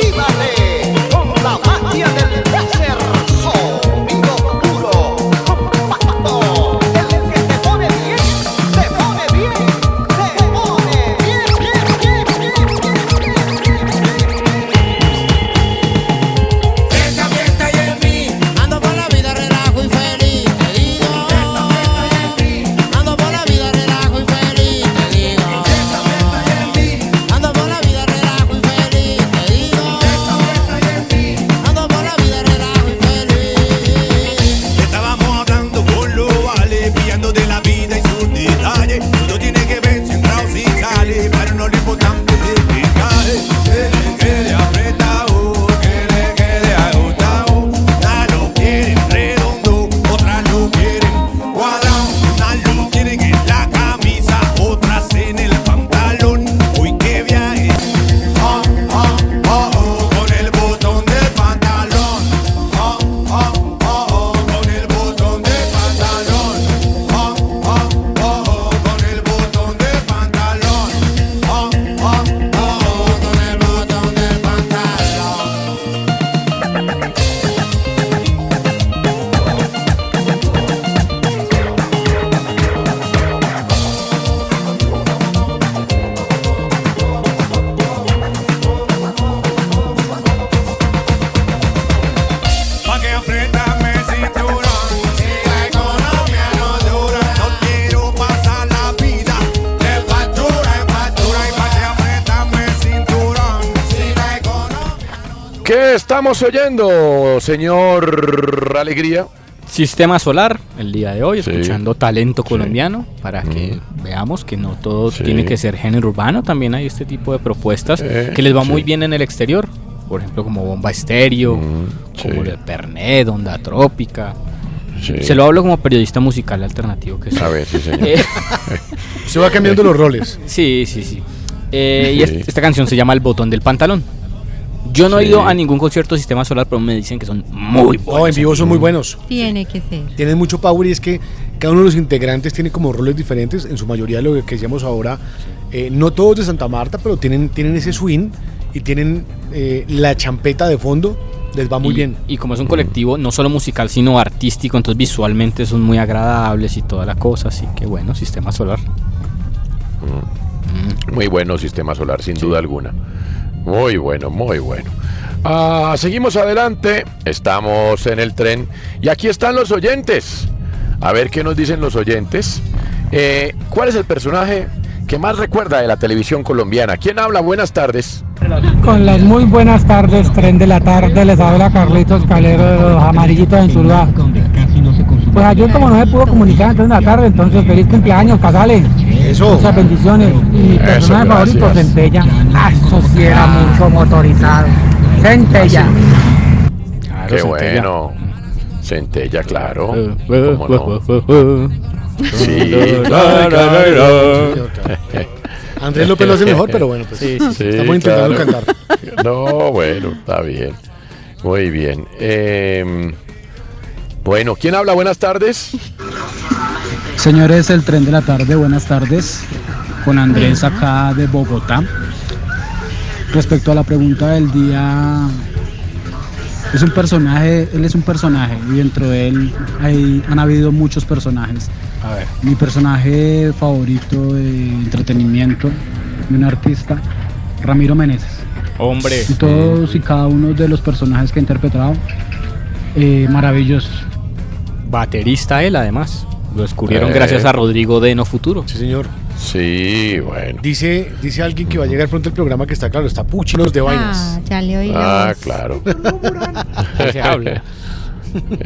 Vívale con la magia del placer, sonido puro, compacto. El que te pone bien, te pone bien, te pone bien, bien, bien, bien, bien, bien, Esta fiesta y en mí, ando por la vida relajo y feliz, te digo. Esta fiesta y en mí, ando por la vida relajo y feliz, te digo. Esta fiesta y en mí, ando por la vida relajo y feliz, te digo. Esta fiesta y en mí, ando por la vida relajo y feliz. Estábamos hablando con los vale, pillando de la vida y sus detalles. Uno tiene que ver si entra o si sale, pero no lo importante es que cae. Que le quede apretado, que le quede agotado. Una lo quieren redondo, otra lo quieren cuadrado. Una lo quieren en la camisa, otras en el pantalón. Uy, qué viaje. Ah, ah, ah, oh, con el botón del pantalón. Ah, ah, ah, oh, con el botón del pantalón. Ah, ah, ah, oh, con el botón del pantalón. Ah, ah, ah, oh, con el botón del pantalón. Pa' que apretame el cinturón Si la economía no dura No quiero pasar la vida De factura en factura Y pa' que apretame el cinturón Si la economía ¿Qué estamos oyendo, señor Alegría? Sistema Solar, el día de hoy, escuchando talento colombiano, para que Mm. veamos que no todo tiene que ser género urbano, también hay este tipo de propuestas Sí, que les va Eh, sí. muy bien en el exterior, por ejemplo como Bomba Estéreo, Mm, como el Pernet, Onda Trópica. Sí. Se lo hablo como periodista musical alternativo que soy. A ver, sí, señor. Eh, Se va cambiando los roles. sí, sí, sí. Eh, y Sí. est- esta canción se llama El Botón del Pantalón. Yo no he Sí. ido a ningún concierto de Sistema Solar, pero me dicen que son muy buenos. No, en vivo son muy buenos. Tiene que ser. Tienen mucho power y es que cada uno de los integrantes tiene como roles diferentes. En su mayoría, lo que decíamos ahora, eh, no todos de Santa Marta, pero tienen, tienen ese swing y tienen eh, la champeta de fondo. Les va muy y, bien. Y como es un colectivo, no solo musical, sino artístico, entonces visualmente son muy agradables y toda la cosa, así que bueno, sistema solar. Mm. Muy bueno sistema solar, sin duda alguna. Muy bueno, muy bueno. Ah, seguimos adelante, estamos en el tren y aquí están los oyentes. A ver qué nos dicen los oyentes. Eh, ¿Cuál es el personaje que más recuerda de la televisión colombiana? ¿Quién habla? Buenas tardes. Con las muy buenas tardes, tren de la tarde, les habla Carlitos Calero de los Amarillitos en Zuluá. Pues ayer como no se pudo comunicar antes de la tarde, entonces feliz cumpleaños, Casale. Eso. Muchas bendiciones. Y mi Eso, personaje favorito, gracias. Centella. Ah, eso sí era mucho motorizado. Centella. Claro, qué Centella. bueno. Centella, claro. Eh, eh, ¿Cómo no? eh, eh, eh. Sí. Andrés López lo hace mejor, pero bueno, pues Sí, sí, sí. estamos intentando claro. cantar. No, bueno, está bien. Muy bien. Eh, bueno, ¿quién habla? Buenas tardes. Señores, el tren de la tarde, buenas tardes. Con Andrés acá de Bogotá. Respecto a la pregunta del día, es un personaje, él es un personaje y dentro de él hay- han habido muchos personajes. A ver. Mi personaje favorito de entretenimiento de un artista, Ramiro Meneses. Hombre, Mm. Y todos y cada uno de los personajes que ha interpretado, eh, maravillosos. Baterista él, además. Lo descubrieron Eh. gracias a Rodrigo de No Futuro. Sí, señor. Sí, bueno. Dice, dice alguien que va a llegar pronto el programa que está claro, está puchinos de vainas. Ah, ya le oí la Ah, voz. claro. Se habla.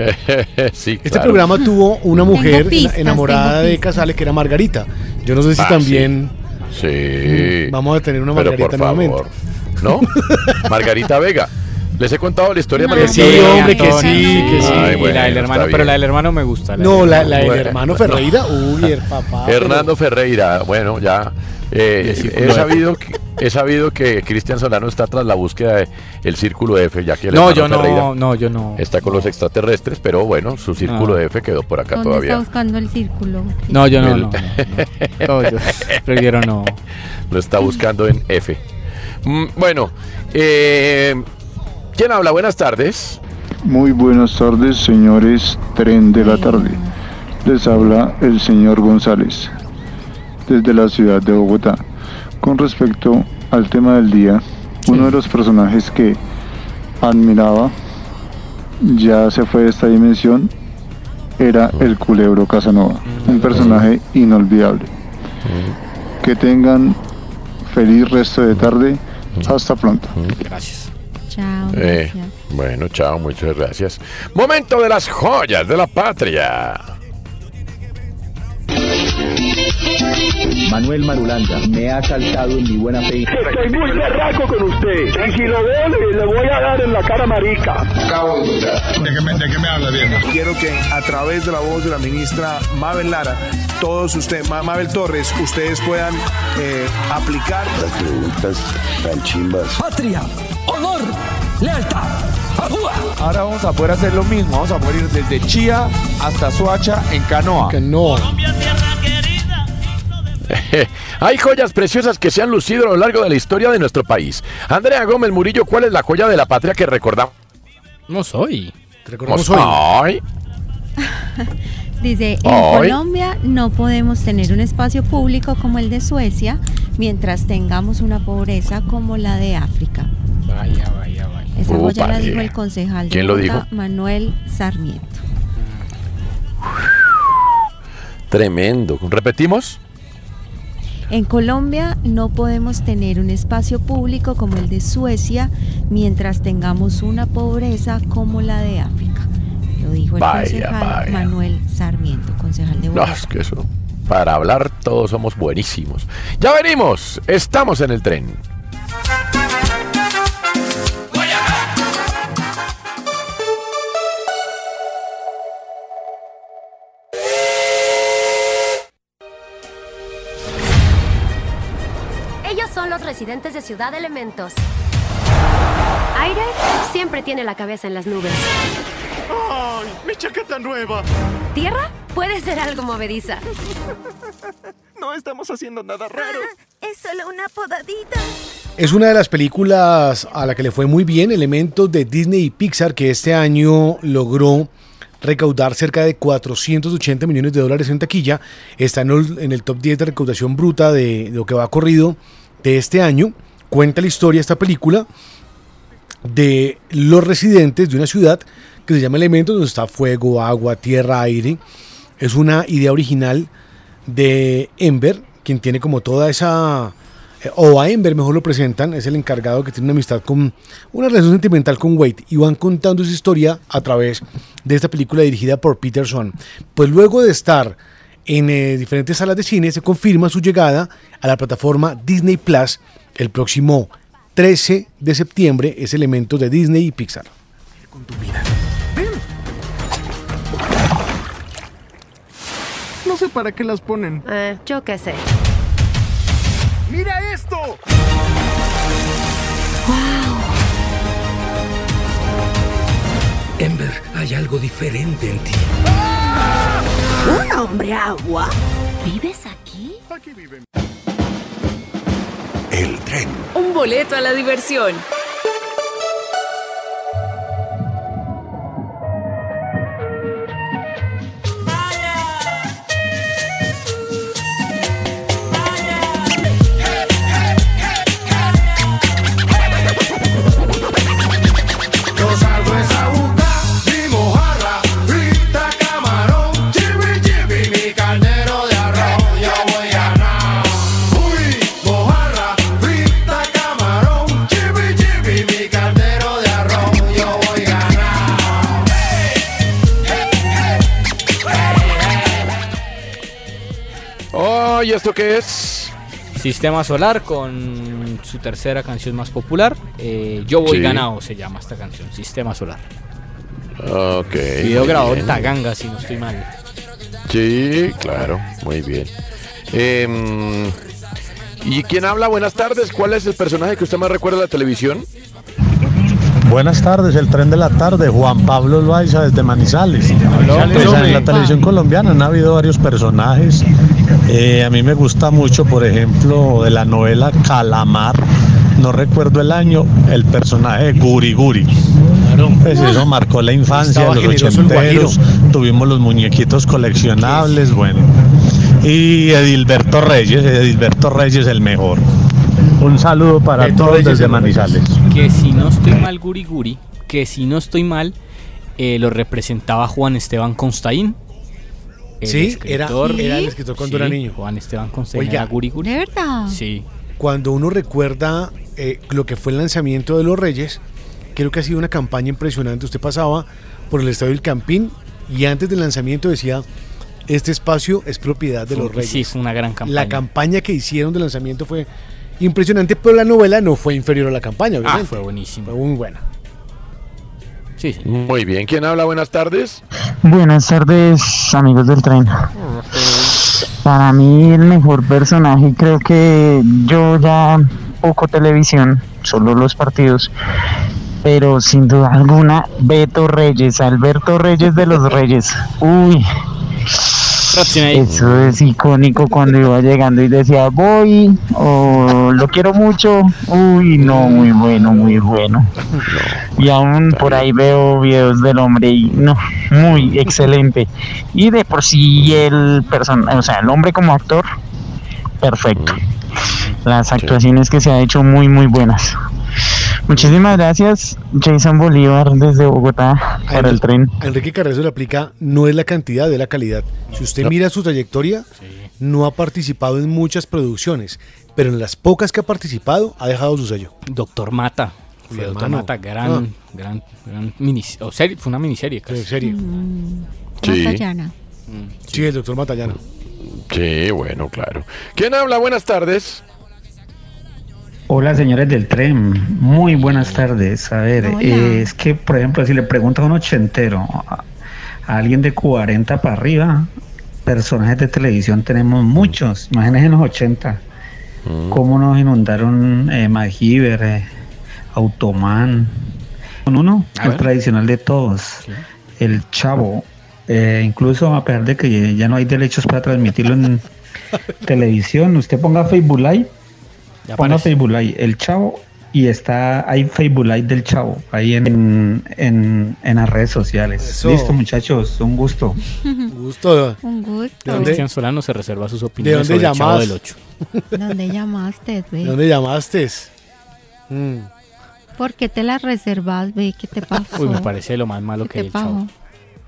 sí, Este claro. programa tuvo una Tengo mujer ena- pistas, enamorada tengo de Casale que era Margarita. Yo no sé si Ah, también Sí. vamos a tener una Pero Margarita por nuevamente. favor. ¿No? Margarita Vega. Les he contado la historia No, de Margarita que sí, Vega. hombre, que sí, que sí. Ay, Y bueno, la del hermano, está pero bien. la del hermano me gusta. No, la, del la del hermano. hermano No. Ferreira. Uy, el papá. pero- Hernando Ferreira, bueno, ya eh, Círculo he, F. sabido que, he sabido que Cristian Solano está tras la búsqueda del círculo F, ya que el No, hermano yo no, Ferreira no, yo no. Ah. está con los extraterrestres, pero bueno, su círculo No. F quedó por acá ¿Dónde está todavía. buscando el círculo? No, yo no, El- no, no, no. No, yo prefiero no. Lo está buscando en F. Mm, Bueno, eh, ¿quién habla? Buenas tardes. Muy buenas tardes, señores tren de la tarde. Les habla el señor González desde la ciudad de Bogotá. Con respecto al tema del día, uno de los personajes que admiraba ya se fue de esta dimensión era el culebro Casanova, un personaje inolvidable. Que tengan feliz resto de tarde. Hasta pronto. Gracias. Chao. Eh, gracias. bueno, chao, muchas gracias. Momento de las joyas de la patria. Manuel Marulanda, me ha saltado en mi buena fe. Estoy muy berraco con usted. Tranquilo, y le voy a dar en la cara marica. ¿De qué, me, habla bien? Quiero que a través de la voz de la ministra Mabel Lara, todos ustedes, Ma- Mabel Torres, ustedes puedan eh, aplicar. Las preguntas tan chimbas. Patria, honor, lealtad. Ahora vamos a poder hacer lo mismo, vamos a poder ir desde Chía hasta Soacha en canoa. Canoa. Hay joyas preciosas que se han lucido a lo largo de la historia de nuestro país. Andrea Gómez Murillo, ¿cuál es la joya de la patria que recordamos No soy. hoy? Dice, en Ay. Colombia no podemos tener un espacio público como el de Suecia mientras tengamos una pobreza como la de África. Vaya, vaya, vaya. Esa joya la Úpale. dijo el concejal. de ¿Quién lo Bogotá, dijo? Manuel Sarmiento. Tremendo. ¿Repetimos? En Colombia no podemos tener un espacio público como el de Suecia mientras tengamos una pobreza como la de África. Lo dijo el Vaya, concejal vaya. Manuel Sarmiento, concejal de No, Bogotá. es que eso. Para hablar todos somos buenísimos. Ya venimos. Estamos en el tren. Ellos son los residentes de Ciudad Elementos. Aire siempre tiene la cabeza en las nubes. ¡Ay, mi chaqueta nueva! Tierra puede ser algo movediza. No estamos haciendo nada raro. Es solo una podadita. Es una de las películas a la que le fue muy bien, elementos de Disney y Pixar, que este año logró recaudar cerca de 480 millones de dólares en taquilla. Está en el, en el top 10 de recaudación bruta de lo que va corrido de este año. Cuenta la historia esta película de los residentes de una ciudad que se llama Elementos, donde está fuego, agua, tierra, aire. Es una idea original de Ember, quien tiene como toda esa... eh, O a Ember mejor lo presentan, es el encargado que tiene una amistad con una relación sentimental con Wade y van contando su historia a través de esta película dirigida por Peterson. Pues luego de estar en eh, diferentes salas de cine se confirma su llegada a la plataforma Disney Plus el próximo 13 de septiembre, es elemento de Disney y Pixar. No sé para qué las ponen. Eh, yo qué sé. ¡Mira esto! Ember, hay algo diferente en ti. ¡Un hombre agua! ¿Vives aquí? Aquí viven. El tren. Un boleto a la diversión. Yo salgo esa boca, mi mojarra, grita cámara. ¿Y esto qué es? Sistema Solar con su tercera canción más popular. eh, Yo voy Sí. ganado se llama esta canción. Sistema Solar. Ok. Video muy grabado en bien. Taganga, si no estoy mal. Sí, claro, muy bien. Em, ¿Y quién habla? Buenas tardes. ¿Cuál es el personaje que usted más recuerda de la televisión? Buenas tardes, el tren de la tarde, Juan Pablo Loaiza desde Manizales. Pues, en la televisión colombiana han habido varios personajes. Eh, a mí me gusta mucho, por ejemplo, de la novela Calamar, no recuerdo el año, el personaje de Guri Guri. Pues eso marcó la infancia, Estaba los generoso el ochenteros, tuvimos los muñequitos coleccionables, bueno. Y Edilberto Reyes, Edilberto Reyes el mejor. Un saludo para todos desde Manizales. Que si no estoy mal, Guri Guri, que si no estoy mal, eh, lo representaba Juan Esteban Constaín. Sí, era- escritor. era el escritor cuando era niño. Juan Esteban Constaín Oiga, era Guri Guri. ¿De verdad? Sí. Cuando uno recuerda eh, lo que fue el lanzamiento de los Reyes, creo que ha sido una campaña impresionante. Usted pasaba por el Estadio del Campín y antes del lanzamiento decía, este espacio es propiedad de Fue- los Reyes. Sí, fue una gran campaña. La campaña que hicieron de lanzamiento fue impresionante, pero la novela no fue inferior a la campaña, obviamente. Ah, fue buenísima. Fue muy buena. Muy bien. ¿Quién habla? Buenas tardes. Buenas tardes, amigos del tren. Para mí el mejor personaje creo que yo ya poco televisión, solo los partidos, pero sin duda alguna Beto Reyes, Alberto Reyes de los Reyes. Uy. Eso es icónico cuando iba llegando y decía voy o lo quiero mucho. Uy, no, muy bueno, muy bueno. Y aún por ahí veo videos del hombre y no, muy excelente. Y de por sí el persona, o sea, el hombre como actor, perfecto. Las actuaciones que se ha hecho muy muy buenas. Muchísimas gracias, Jason Bolívar desde Bogotá para el tren. A Enrique Carrezo le aplica no es la cantidad, es la calidad. Si usted mira su trayectoria, no ha participado en muchas producciones, pero en las pocas que ha participado, ha dejado su sello. Doctor Mata. Fue Mi Doctor hermano. Mata, gran, Ah. gran, gran minis- o serie, fue una miniserie casi. serie. Mm, Sí. Matallana. Sí, el doctor Matallana. Sí, bueno, claro. ¿Quién habla? Buenas tardes. Hola señores del tren, muy buenas tardes. A ver, eh, es que por ejemplo si le pregunto a un ochentero, a, a alguien de 40 para arriba, personajes de televisión Mm. tenemos muchos, imagínense en los 80, cómo nos inundaron eh, Magíver, eh, Automan, con uno, A el ver. tradicional de todos, el Chavo, eh, incluso a pesar de que ya- ya no hay derechos para transmitirlo en televisión, usted ponga Facebook Live. Ya Ponga aparece. Facebook Live, el chavo, y está, hay Facebook Live del chavo, ahí en, en, en, en las redes sociales. Eso. Listo, muchachos, un gusto. gusto. Un gusto. Cristian Solano se reserva sus ¿De opiniones dónde sobre el Chavo llamas? del 8. ¿Dónde llamaste, pues? ¿De ve? dónde llamaste? Mm. ¿Por qué te la reservas, ve? ¿Qué te pasó? Uy, me parece lo más malo que ¿Qué el Chavo. pasó?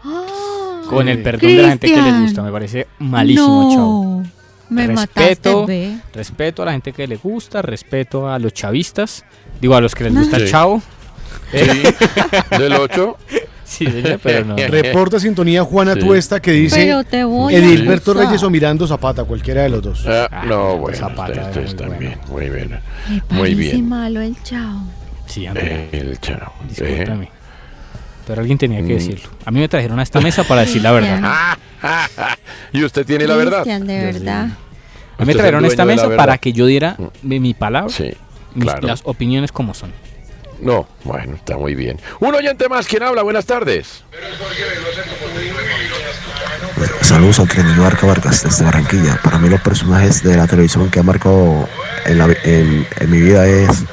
Ah, Con el perdón de la gente que les Cristian. gusta, me parece malísimo, No, Chavo. Me respeto, mataste, ve. respeto a la gente que le gusta, respeto a los chavistas, digo a los que les gusta el Sí. Chavo. Eh. Sí, del 8. Sí, señor, pero no. Reporta sintonía Juana Sí. Tuesta que dice Pero te voy a Edilberto acusar. Reyes o Mirando Zapata, cualquiera de los dos. Ah, no, bueno. ustedes también. Muy bien. Me Muy parece bien. malo el chavo. Sí, Eh, El chavo. Discúlpame. Pero alguien tenía Mm. que decirlo. A mí me trajeron a esta mesa para decir la verdad. Cristian. y usted tiene la verdad. Cristian, de verdad. A mí me Usted es el trajeron a esta dueño de la mesa verdad. Mm. para que yo diera mi, mi palabra, mis- claro. las opiniones como son. No, bueno, está muy bien. Un oyente más, ¿quién habla? Buenas tardes. Saludos al tren Barca Vargas desde Barranquilla. Para mí los personajes de la televisión que han marcado en, la vi- en- en mi vida es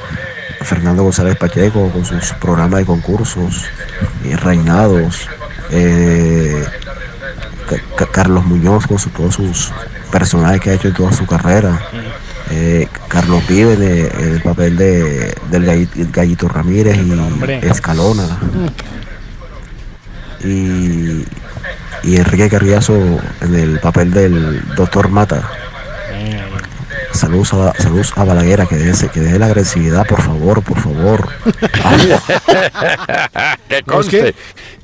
Fernando González Pacheco con sus programas de concursos, eh, Reinados, eh, Ca- Ca- Carlos Muñoz con su- todos sus personajes que ha hecho en toda su carrera, eh, Carlos Vives eh, en el papel de, del Galli- Gallito Ramírez y Escalona y, y Enrique Carriazo en el papel del doctor Mata. Saludos a, saludos a Balaguer, que deje, que deje la agresividad, por favor, por favor. que No, es conste. que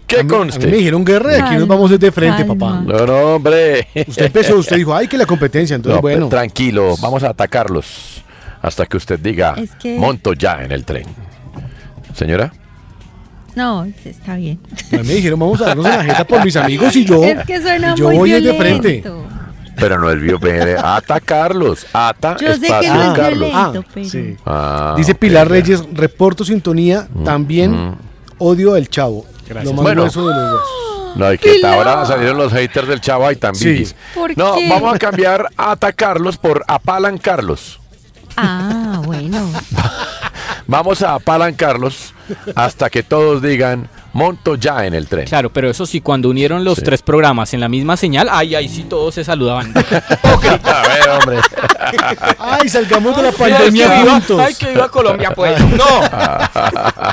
que ¿Qué conste? Me dijeron guerra y aquí nos vamos de frente, papá. No, no, hombre. Usted empezó, usted dijo, ay, que la competencia, entonces No, pues, pero bueno. Tranquilo, vamos a atacarlos hasta que usted diga, Es que- monto ya en el tren. Señora. No, está bien. Me dijeron, vamos a darnos una jeta por mis amigos y yo. Es que suena y yo muy voy es de violento. frente. Pero no es vio atacarlos. Ata, Yo sé que espacio, no es Carlos. violento, Ah, pero... sí. Ah, Dice ok, Pilar ya. Reyes, reporto sintonía, Mm, también odio al chavo. Lo más Bueno. grueso de los huesos. No, y que hasta Pilar. ahora salieron los haters del Chavo y también. Sí. ¿Por No, qué? vamos a cambiar a atacarlos por apalancarlos. Ah, bueno. Vamos a apalancarlos hasta que todos digan, monto ya en el tren. Claro, pero eso sí, cuando unieron los tres programas en la misma señal, ay, ay, sí, todos se saludaban. A ver, hombre. Ay, salgamos de la Ay, que pandemia viva- juntos. ay, que viva Colombia, pues. No.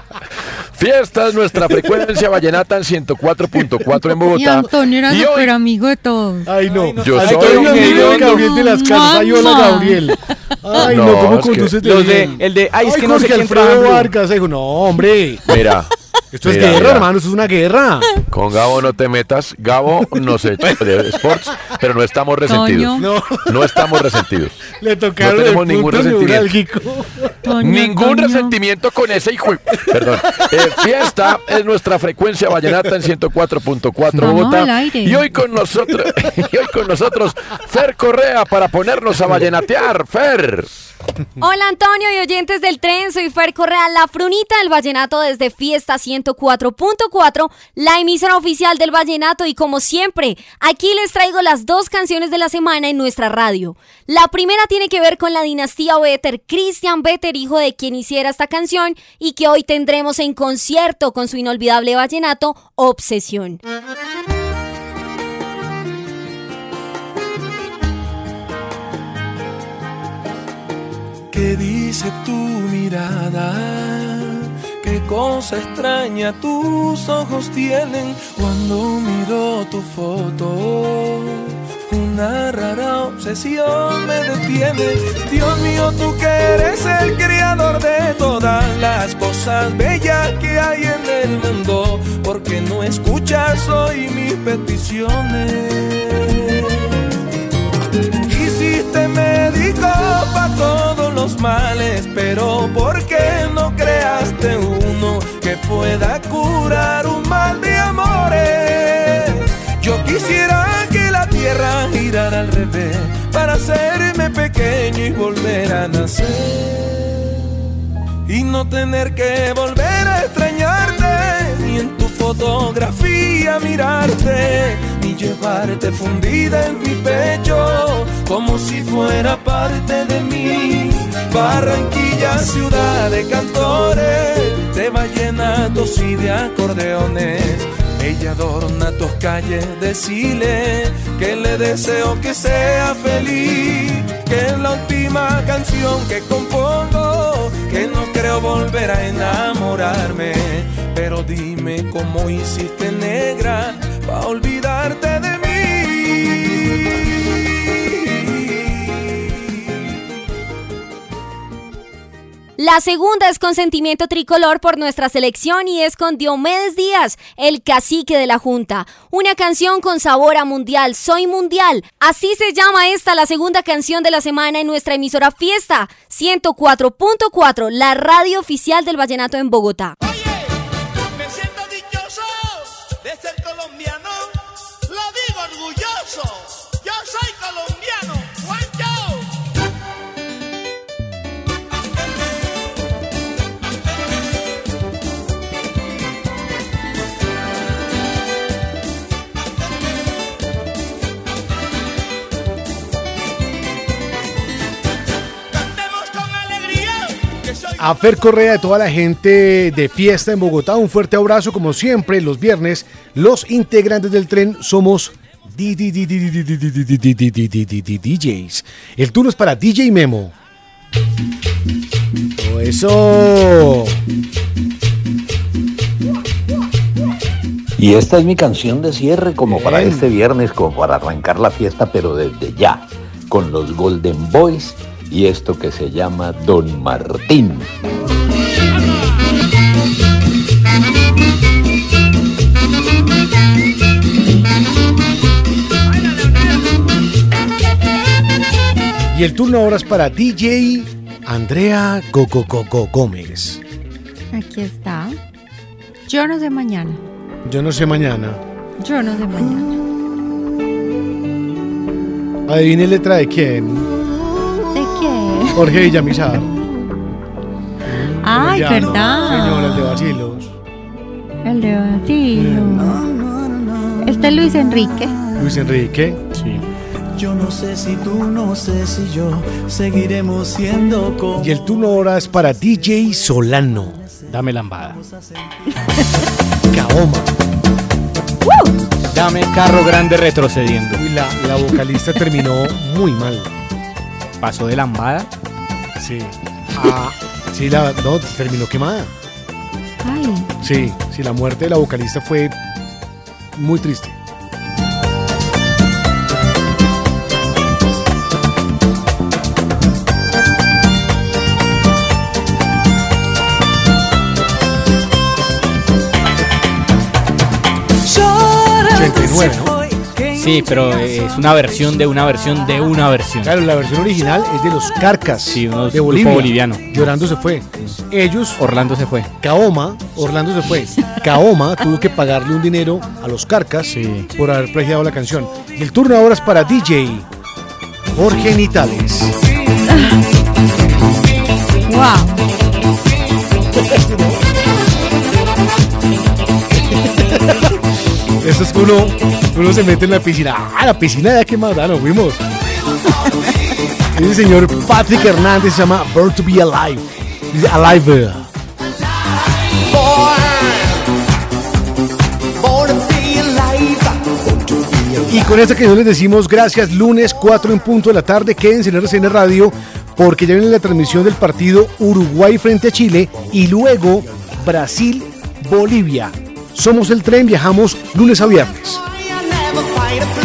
Fiesta es nuestra frecuencia vallenata en 104.4 en Y Bogotá. Antonio era Y súper amigo de todos. Ay, no. Yo Ay, soy Antonio un Gabriel, hediondo. Gabriel de las Casas. Ay, hola, Mamá. Gabriel. Ay, no, No, ¿cómo es que- conduces de Los de- bien? el de, ay, es que no Jorge sé quién Alfredo trabaja en Blue. Vargas. dijo, no, hombre. Mira. Esto es mira, guerra, mira. hermano, esto es una guerra. Con Gabo no te metas. Gabo nos echó de Sports, pero no estamos resentidos. Toño. No estamos resentidos. Le tocaron tenemos el ningún punto resentimiento. neurálgico. Ningún resentimiento con ese hijo. de- Perdón. Eh, fiesta es nuestra frecuencia vallenata en 104.4 Vamos Bogotá. al aire. Y hoy con nosotros, y hoy con nosotros, Fer Correa para ponernos a vallenatear. Fer. Hola Antonio y oyentes del tren, soy Fer Correa, la frunita del vallenato desde Fiesta 104.4, la emisora oficial del vallenato y como siempre, aquí les traigo las dos canciones de la semana en nuestra radio. La primera tiene que ver con la dinastía Better, Christian Better, hijo de quien hiciera esta canción y que hoy tendremos en concierto con su inolvidable vallenato Obsesión. ¿Qué dice tu mirada? ¿Qué cosa extraña tus ojos tienen cuando miro tu foto? Una rara obsesión me detiene. Dios mío, tú que eres el creador de todas las cosas bellas que hay en el mundo, porque no escuchas hoy mis peticiones. Hiciste médico para todos los males, pero ¿por qué no creaste uno que pueda curar un mal de amores? Yo quisiera que la tierra girara al revés para hacerme pequeño y volver a nacer. Y no tener que volver a extrañarte, ni en tu fotografía mirarte, ni llevarte fundida en mi pecho, como si fuera parte de mí. Barranquilla, ciudad de cantores, de vallenatos y de acordeones. Ella adorna tus calles, decile que le deseo que sea feliz. Que es la última canción que compongo, que no creo volver a enamorarme. Pero dime cómo hiciste negra pa' olvidarte de mí. La segunda es con sentimiento tricolor por nuestra selección y es con Diomedes Díaz, el cacique de la Junta. Una canción con sabor a mundial, soy mundial. Así se llama esta, la segunda canción de la semana en nuestra emisora Fiesta 104.4, la radio oficial del Vallenato en Bogotá. Me siento dichoso de ser colombiano, lo digo orgulloso, yo soy colombiano, guancho. A Fer Correa de toda la gente de fiesta en Bogotá, un fuerte abrazo como siempre los viernes. Los integrantes del tren somos di- di- di- di- di- di- di- di- di- di- di- di- di- di- di- DJs. El turno es para DJ Memo. Oh, Eso. Y esta es mi canción de cierre como para este viernes, como para arrancar la fiesta, pero desde ya, con los Golden Boys y esto que se llama Don Martín. Thank you. Y el turno ahora es para DJ Andrea Coco Coco Gómez. Aquí está. Yo no sé mañana. Yo no sé mañana. Yo no sé mañana. Adivine letra de quién. ¿De qué? Jorge Villamizar. Ay, Ya, Señora, el de verdad. vacilos. El de Basilio. Este es Luis Enrique. Luis Enrique. Sí. Yo no sé si tú, no sé si yo seguiremos siendo como Y el turno ahora es para DJ Solano. Dame lambada. Caoma. Dame carro grande retrocediendo. Y la, la vocalista terminó muy mal. Pasó de lambada. Sí. Ah, sí, la, no, terminó quemada. Ay. Sí, sí, la muerte de la vocalista fue muy triste. Llora, 89, ¿no? Sí, pero eh, es una versión de una versión de una versión. Claro, la versión original es de los Carcas de grupo Bolivia. boliviano. Llorando se fue. Ellos. Orlando se fue. Kaoma, Orlando se fue. Kaoma tuvo que pagarle un dinero a los Carcas por haber plagiado la canción. Y el turno ahora es para DJ Jorge Nitales. Wow. Eso es que uno, uno se mete en la piscina. Ah, la piscina ya quemada, nos fuimos. Ese señor Patrick Hernández se llama Bird to be Alive. Dice, Alive. Y con esta que les decimos gracias, lunes 4 en punto de la tarde, quédense en RCN Radio porque ya viene la transmisión del partido Uruguay frente a Chile y luego Brasil, Bolivia. Somos el tren, viajamos lunes a viernes. never fight a